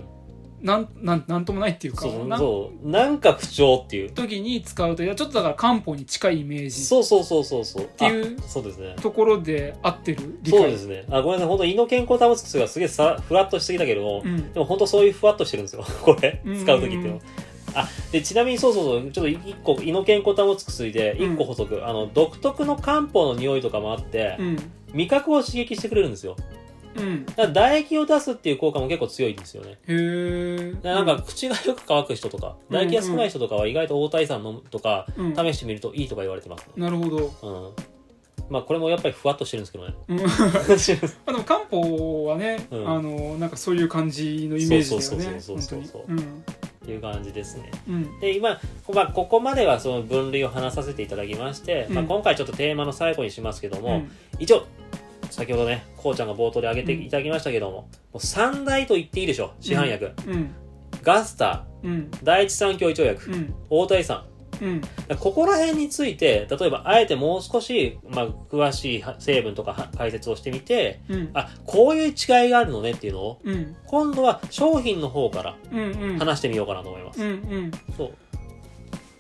Speaker 1: なんなんなんともないっていうか
Speaker 2: そうそう
Speaker 1: なん
Speaker 2: そう、なんか不調っていう。
Speaker 1: 時に使うといやちょっとだから漢方に近いイメージっ
Speaker 2: そうそうそうそうそう。って
Speaker 1: いう
Speaker 2: そうですね。
Speaker 1: ところで合ってる理解
Speaker 2: そうですね。あ、ごめんなさい。本当胃の健康を保つ薬がすげえさふわっとしすぎだけども、
Speaker 1: うん
Speaker 2: でも本当そういうふわっとしてるんですよ。 これ、
Speaker 1: うん
Speaker 2: 使う時っていうのは。あ、で、ちなみにそうそうそう、ちょっと一個、胃の健康を保つ薬で、
Speaker 1: うん
Speaker 2: 一個補足、あの、独特の漢方の匂いとかもあって、
Speaker 1: うん
Speaker 2: 味覚を刺激してくれるんですよ。
Speaker 1: うん
Speaker 2: だから唾液を出すっていう効果も結構強いんですよね。
Speaker 1: へえ
Speaker 2: だからなんか、口がよく乾く人とか、唾液が少ない人とかは意外と大体さん飲むとか、
Speaker 1: うん
Speaker 2: 試してみるといいとか言われてますね。
Speaker 1: なるほど
Speaker 2: うん。まあこれもやっぱりふわっとしてるんですけどね。
Speaker 1: うんあの漢方はね、
Speaker 2: うん
Speaker 1: あのなんかそういう感じのイメージだよね
Speaker 2: そう
Speaker 1: 本
Speaker 2: そ
Speaker 1: 当
Speaker 2: うそう
Speaker 1: に
Speaker 2: そうそ
Speaker 1: う
Speaker 2: う
Speaker 1: ん
Speaker 2: っていう感じですね。
Speaker 1: うん
Speaker 2: で、今、まあ、ここまではその分類を話させていただきまして、
Speaker 1: うん
Speaker 2: まあ、今回ちょっとテーマの最後にしますけど
Speaker 1: う
Speaker 2: も、
Speaker 1: ん
Speaker 2: 一応、先ほどね、こうちゃんが冒頭で挙げていただきましたけども、もう三大と言っていいでしょう、市販薬。
Speaker 1: うん
Speaker 2: ガスタ
Speaker 1: うん
Speaker 2: ー、第一三共胃腸薬、
Speaker 1: うん
Speaker 2: 大体さ
Speaker 1: うん
Speaker 2: ん。ここら辺について、例えば、あえてもう少し、まあ、詳しい成分とかは解説をしてみて、
Speaker 1: うん
Speaker 2: あ、こういう違いがあるのねっていうのを、
Speaker 1: うん
Speaker 2: 今度は商品の方から
Speaker 1: うんうん
Speaker 2: 話してみようかなと思います。
Speaker 1: うんうん
Speaker 2: そう。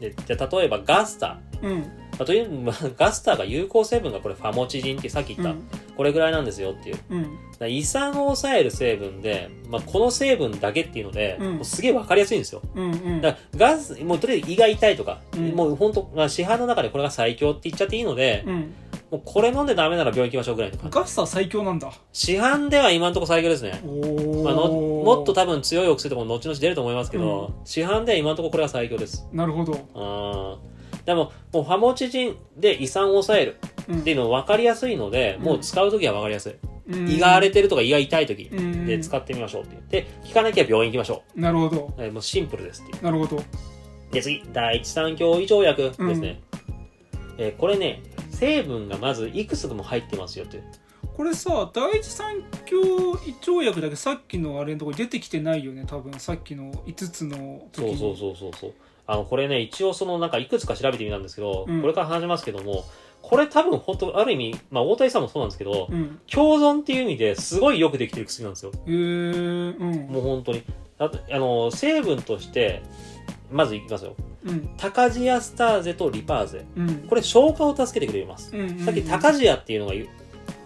Speaker 2: で、じゃあ例えばガスタ
Speaker 1: うん
Speaker 2: ー。という、まあガスターが有効成分がこれファモチジンってさっき言った、これぐらいなんですよっていう。だか
Speaker 1: うんうん
Speaker 2: ら胃酸を抑える成分で、まあ、この成分だけっていうので、
Speaker 1: うん
Speaker 2: もうすげえわかりやすいんですよ。
Speaker 1: うんうん
Speaker 2: だからガス、もうとりあえず胃が痛いとか、
Speaker 1: うん
Speaker 2: もうほんと、まあ、市販の中でこれが最強って言っちゃっていいので、
Speaker 1: うん
Speaker 2: もうこれ飲んでダメなら病院行きましょうぐらいの感じ。
Speaker 1: ガスター最強なんだ
Speaker 2: 市販では今のところ最強ですね。
Speaker 1: おお、
Speaker 2: まあ、のもっと多分強いお薬とかも後々出ると思いますけど、市販では今のところこれが最強です。
Speaker 1: なるほど、
Speaker 2: あーでも、もうファモチジンで胃酸を抑える
Speaker 1: うん
Speaker 2: っていうの分かりやすいので、
Speaker 1: うん
Speaker 2: もう使うときは分かりやすい。
Speaker 1: うん
Speaker 2: 胃が荒れてるとか胃が痛いとき
Speaker 1: うん
Speaker 2: で使ってみましょうって言って、効かなきゃ病院行きましょ
Speaker 1: なるほど
Speaker 2: う。えーもうシンプルですっていう。
Speaker 1: なるほど
Speaker 2: で、次、第一三共胃腸薬ですね。えーこれね、成分がまずいくつも入ってますよっていう。
Speaker 1: これさ第一三共胃腸薬だけさっきのあれのとこに出てきてないよね多分さっきの5つの時
Speaker 2: そう
Speaker 1: に
Speaker 2: そうそうそうそう。あの、これね、一応そのなんかいくつか調べてみたんですけど、
Speaker 1: うん
Speaker 2: これから話しますけども、これ多分本当ある意味、まあ大谷さんもそうなんですけど、
Speaker 1: うん
Speaker 2: 共存っていう意味ですごいよくできてる薬なんですよ。
Speaker 1: へえー、うん
Speaker 2: もう本当に。あとあの、成分として、まずいきますよ。
Speaker 1: うん
Speaker 2: タカジアスターゼとリパーゼ。
Speaker 1: うん
Speaker 2: これ消化を助けてくれます。
Speaker 1: うんうん
Speaker 2: さっきタカジアっていうのが言う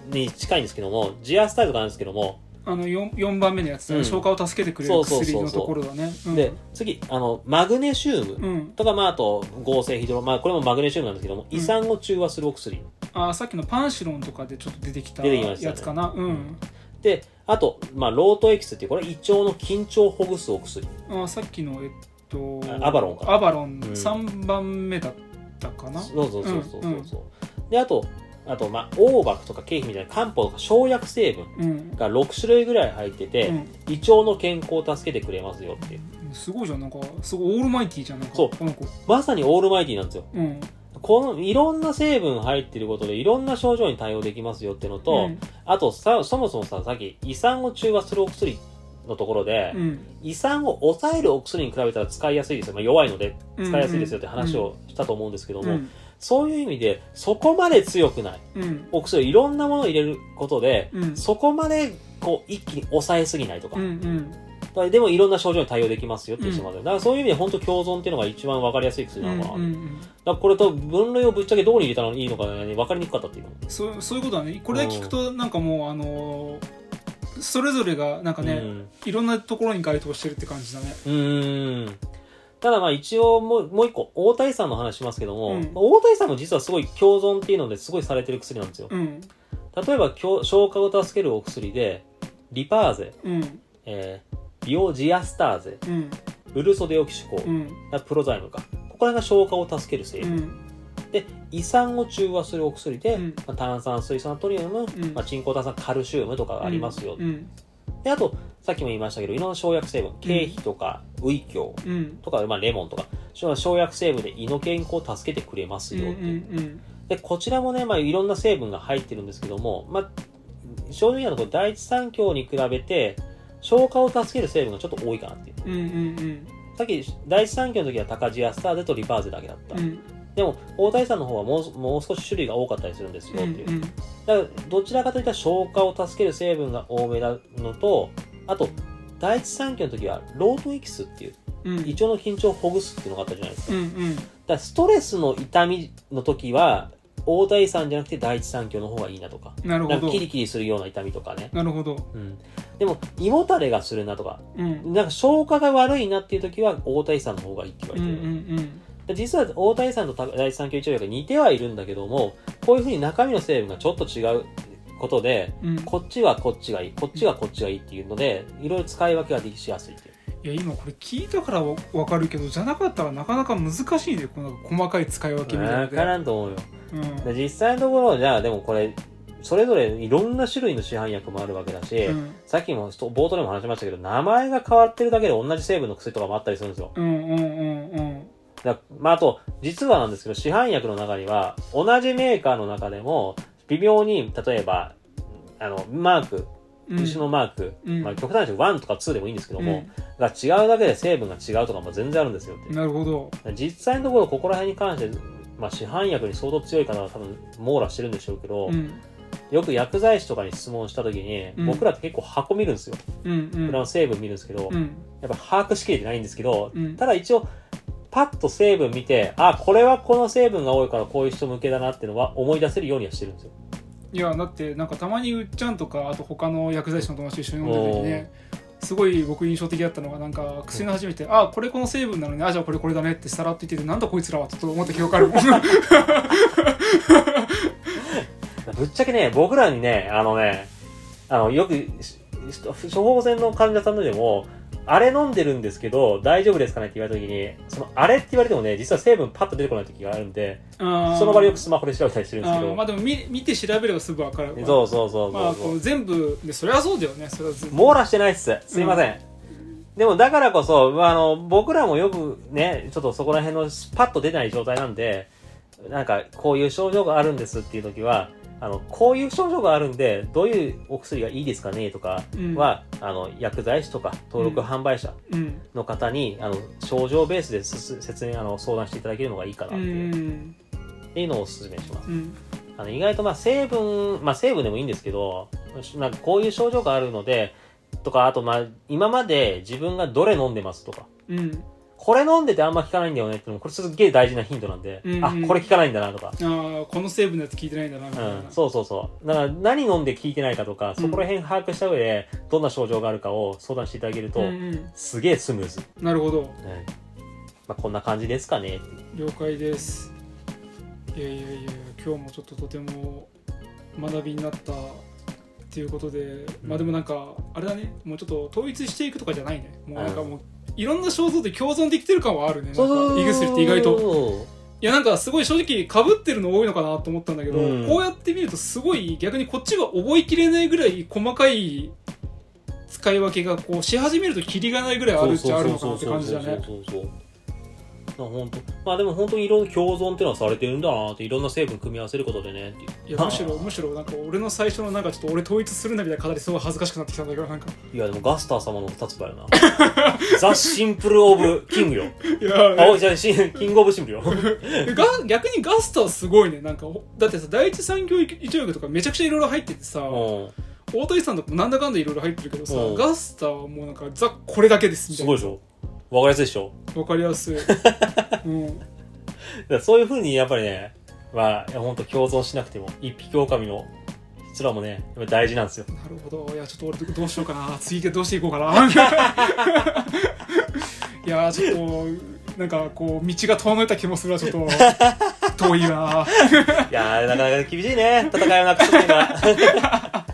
Speaker 2: に近いんですけども、ジアスターゼがあるんですけども、
Speaker 1: あの 4, 四番目のやつだね、
Speaker 2: うん
Speaker 1: 消化を助けてくれ
Speaker 2: そ
Speaker 1: る
Speaker 2: うそうそうそう
Speaker 1: 薬のところだねうん
Speaker 2: で、次、あの、マグネシウム
Speaker 1: うん
Speaker 2: とか、まあ、あと、合成ヒドロ、まあ、これもマグネシウムなんですけども、
Speaker 1: うん
Speaker 2: 胃酸を中和するお薬。
Speaker 1: あーさっきのパンシロンとかでちょっと出てきた
Speaker 2: 出てきましたね
Speaker 1: やつかな、うん
Speaker 2: で、あと、まあ、ロートエキスっていう、これ胃腸の緊張をほぐすお薬。
Speaker 1: あーさっきのえっと
Speaker 2: あアバロンか
Speaker 1: アバロン
Speaker 2: うん
Speaker 1: 3番目だったかな、
Speaker 2: そうそうそうそうそう
Speaker 1: うんうん
Speaker 2: そう、であとあとまあ黄膜とか経費みたいな漢方とか生薬成分
Speaker 1: うん
Speaker 2: が6種類ぐらい入ってて、
Speaker 1: うん
Speaker 2: 胃腸の健康を助けてくれますよっていう
Speaker 1: すごいじゃんなんかすごいオールマイティーじゃんなんか
Speaker 2: そう
Speaker 1: この子
Speaker 2: まさにオールマイティなんですよ
Speaker 1: うん
Speaker 2: このいろんな成分入ってることでいろんな症状に対応できますよってのと、
Speaker 1: うん
Speaker 2: あとさそもそもささっき胃酸を中和するお薬のところで、
Speaker 1: うん
Speaker 2: 胃酸を抑えるお薬に比べたら使いやすいですよ、まあ、弱いので
Speaker 1: うん
Speaker 2: 使いやすいですよって話をしたと思うんですけど
Speaker 1: う
Speaker 2: も、
Speaker 1: ん
Speaker 2: そういう意味でそこまで強くない
Speaker 1: うん
Speaker 2: お薬をいろんなものを入れることで、
Speaker 1: うん
Speaker 2: そこまでこう一気に抑えすぎないとか,、
Speaker 1: うんうん
Speaker 2: でもいろんな症状に対応できますよっていう人まで、だからそういう意味で本当共存っていうのが一番わかりやすい薬なのかな、
Speaker 1: うんう
Speaker 2: だか
Speaker 1: ん
Speaker 2: らこれと分類をぶっちゃけどうに入れたらいいのかね分かりにくかったっていう
Speaker 1: うんそうそういうことだねこれだけ聞くとなんかもうあのーそれぞれがなんかね、
Speaker 2: うん
Speaker 1: いろんなところに該当してるって感じだね
Speaker 2: うーんただまあ一応もうもう一個大谷さんの話しますけども、
Speaker 1: うん
Speaker 2: 大谷さんも実はすごい共存っていうのですごいされてる薬なんですよ
Speaker 1: うん
Speaker 2: 例えばきょ消化を助けるお薬でリパーゼ、
Speaker 1: うん
Speaker 2: えー、ビオジアスターゼ
Speaker 1: うん
Speaker 2: ウルソデオキシコ、
Speaker 1: うん
Speaker 2: あプロザイムか。ここら辺が消化を助ける成
Speaker 1: う
Speaker 2: 分。
Speaker 1: ん
Speaker 2: で、胃酸を中和するお薬で、
Speaker 1: うん
Speaker 2: まあ炭酸水素ナトリウム、
Speaker 1: ん
Speaker 2: まあ、鎮炭酸カルシウムとかがありますよ。
Speaker 1: うん
Speaker 2: で、あと、さっきも言いましたけど、いろんな生薬成分、経費とか、ウイキョウ
Speaker 1: うん
Speaker 2: とか、まあ、レモンとか、生薬成分で胃の健康を助けてくれます
Speaker 1: うんうん
Speaker 2: よ
Speaker 1: う
Speaker 2: っていう。
Speaker 1: ん
Speaker 2: で、こちらもね、まあ、いろんな成分が入ってるんですけども、まあ、症状にあると第一三共に比べて、消化を助ける成分がちょっと多いかなっていう。
Speaker 1: うんうん
Speaker 2: さっき、第一三共の時はタカジアスターゼとリパーゼだけだった。
Speaker 1: うん
Speaker 2: でも、大谷さんの方はもうもう少し種類が多かったりするんですよっていう。だから、どちらかといったら消化を助ける成分が多めなのと、あと、第一三期の時は、ロートエキスっていう、
Speaker 1: うんうん
Speaker 2: 胃腸の緊張をほぐすっていうのがあったじゃないですか。
Speaker 1: うんうん
Speaker 2: だから、ストレスの痛みの時は、大谷さんじゃなくて第一三期の方がいいなとか、
Speaker 1: なる
Speaker 2: な
Speaker 1: ほ
Speaker 2: んか
Speaker 1: ど
Speaker 2: キリキリするような痛みとかね。
Speaker 1: なるほど
Speaker 2: うん。でも、胃もたれがするなとか、
Speaker 1: うん
Speaker 2: なんか消化が悪いなっていう時は、大谷さんの方がいいって言わ
Speaker 1: うんう
Speaker 2: れ
Speaker 1: ん
Speaker 2: てる。
Speaker 1: うん
Speaker 2: で実は大谷さんとた第一三級一条約が似てはいるんだけどもこういうふうに中身の成分がちょっと違うことで
Speaker 1: うん
Speaker 2: こっちはこっちがいいこっちがこっちがいいっていうのでいろいろ使い分けができしやすいっていう
Speaker 1: いや今これ聞いたからわわかるけどじゃなかったらなかなか難しいねこの細かい使い分けみたいなの
Speaker 2: わ
Speaker 1: で
Speaker 2: からんと思うよ。
Speaker 1: うん
Speaker 2: で実際のところ、じゃあでもこれ、それぞれいろんな種類の市販薬もあるわけだし、
Speaker 1: うん
Speaker 2: さっきもちょっと冒頭でも話しましたけど、名前が変わってるだけで同じ成分の薬とかもあったりするんですよ。
Speaker 1: うんうんうんうん
Speaker 2: だまあ、あと、実はなんですけど、市販薬の中には、同じメーカーの中でも、微妙に、例えば、あの、マーク、
Speaker 1: うん
Speaker 2: 牛のマーク、
Speaker 1: うん
Speaker 2: まあ、極端に1とか2でもいいんですけども、
Speaker 1: う
Speaker 2: が違うだけで成分が違うとかも全然あるんですよって
Speaker 1: ん。なるほど
Speaker 2: 実際のところここら辺に関して、まあ、市販薬に相当強い方は多分網羅してるんでしょうけど、
Speaker 1: うん
Speaker 2: よく薬剤師とかに質問した時に、
Speaker 1: うん
Speaker 2: 僕らって結構箱見るんですよ、
Speaker 1: うんうん
Speaker 2: これの成分見るんですけど、
Speaker 1: う
Speaker 2: や
Speaker 1: ん
Speaker 2: っぱ把握しきれてないんですけど、
Speaker 1: うん
Speaker 2: ただ一応パッと成分見てあこれはこの成分が多いからこういう人向けだなっていうのは思い出せるようにはしてるんですよ
Speaker 1: いやだってなんかたまにうっちゃんとかあと他の薬剤師の友達と一緒に飲んだ時ねすごい僕印象的だったのがなんか薬の初めて「あこれこの成分なのにあじゃあこれこれだね」ってさらっと言ってて「なんだこいつらは」ちょっと思った記憶あるもん
Speaker 2: ぶっちゃけね僕らにねあのねあのよくしし処方箋の患者さんでもあれ飲んでるんですけど大丈夫ですかねって言われた時にそのあれって言われてもね実は成分パッと出てこない時があるんで そ
Speaker 1: そ
Speaker 2: の場でよくスマホで調べたりしてるんですけ
Speaker 1: まあ
Speaker 2: ど
Speaker 1: でも見見て調べればすぐ分かる
Speaker 2: そうそうそう
Speaker 1: ま
Speaker 2: そ
Speaker 1: あ
Speaker 2: う
Speaker 1: こ
Speaker 2: そう
Speaker 1: う全部でそれはそうだよねそれはず
Speaker 2: 網羅してないっすすいません、でもだからこそ、まあ、あの僕らもよくねちょっとそこら辺のパッと出ない状態なんでなんかこういう症状があるんですっていう時はあのこういう症状があるんでどういうお薬がいいですかねとか
Speaker 1: うん
Speaker 2: は、あの薬剤師とか登録販売者
Speaker 1: うん
Speaker 2: の方に、あの症状ベースですす説明あの相談していただけるのがいいかな
Speaker 1: う
Speaker 2: っていう,、
Speaker 1: ん
Speaker 2: っていうのをお勧めします
Speaker 1: うん
Speaker 2: あの意外とまあ成分、まあ、成分でもいいんですけど、なんかこういう症状があるので、とか、あとまあ今まで自分がどれ飲んでますとか、
Speaker 1: うん
Speaker 2: これ飲んでてあんま効かないんだよねっていうのも、これすっげえ大事なヒントなんで、
Speaker 1: うんうん
Speaker 2: あ、これ効かないんだなとか、
Speaker 1: ああこの成分のやつ聞いてないんだなみ
Speaker 2: う
Speaker 1: たいな、
Speaker 2: ん、そうそうそう。だから何飲んで効いてないかとか、そこら辺把握した上で、どんな症状があるかを相談していただけると、
Speaker 1: うんうん
Speaker 2: すげえスムーズ。はい
Speaker 1: なるほど
Speaker 2: まあ、こんな感じですかねっていう。
Speaker 1: 了解ですいやいやいや今日もちょっととても学びになったっていうことでまあでもなんかあれだねもうちょっと統一していくとかじゃないねもうなんか
Speaker 2: うん
Speaker 1: もういろんな肖像で共存できてる感はあるねなんか
Speaker 2: そうそうそう
Speaker 1: 胃薬って意外と
Speaker 2: と。
Speaker 1: いやなんかすごい正直かぶってるの多いのかなと思ったんだけど、
Speaker 2: うん
Speaker 1: こうやって見るとすごい逆にこっちが覚えきれないぐらい細かい使い分けがこうし始めるとキリがないぐらいあるっちゃあるのかなって感じだね
Speaker 2: そうそうそうそうそうまあ本当まあでも本当にいろんな共存ってのはされてるんだなっていろんな成分組み合わせることでねっていう
Speaker 1: いやむしろむしろなんか俺の最初のなんかちょっと俺統一するなみたいな語りすごい恥ずかしくなってきたんだけどなんか
Speaker 2: いやでもガスター様の立場やな ザ・シンプル・オブ・キングよ
Speaker 1: いや
Speaker 2: あおいじゃあシンキング・オブ・シンプルよ
Speaker 1: が逆にガスターすごいねなんかおだってさ第一産業医療学とかめちゃくちゃいろいろ入っててさ
Speaker 2: う
Speaker 1: 大谷さんとかもなんだかんだいろいろ入ってるけどさ
Speaker 2: うん
Speaker 1: ガスターはもうなんかザこれだけです
Speaker 2: ん
Speaker 1: みた
Speaker 2: す
Speaker 1: い
Speaker 2: ごい
Speaker 1: な
Speaker 2: でしょわかりやす
Speaker 1: わかりやす
Speaker 2: いでしょ
Speaker 1: い、うん、
Speaker 2: だからそういうふうにやっぱりねまあいや本当共存しなくても一匹狼のすらもねやっぱ大事なんですよ
Speaker 1: なるほどいやちょっと俺どうしようかな次どうしていこうかな いやちょっとなんかこう道が遠のいた気もするわちょっと遠いない
Speaker 2: やーなかなか厳しいね戦いをなくすっていうの は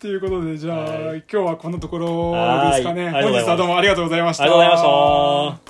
Speaker 1: ということでじゃあ、
Speaker 2: はい
Speaker 1: 今日はこのところですかね
Speaker 2: はいあり
Speaker 1: 本
Speaker 2: がとうご
Speaker 1: 日
Speaker 2: ざいます
Speaker 1: はどうもありがとうございました
Speaker 2: ありがとうございました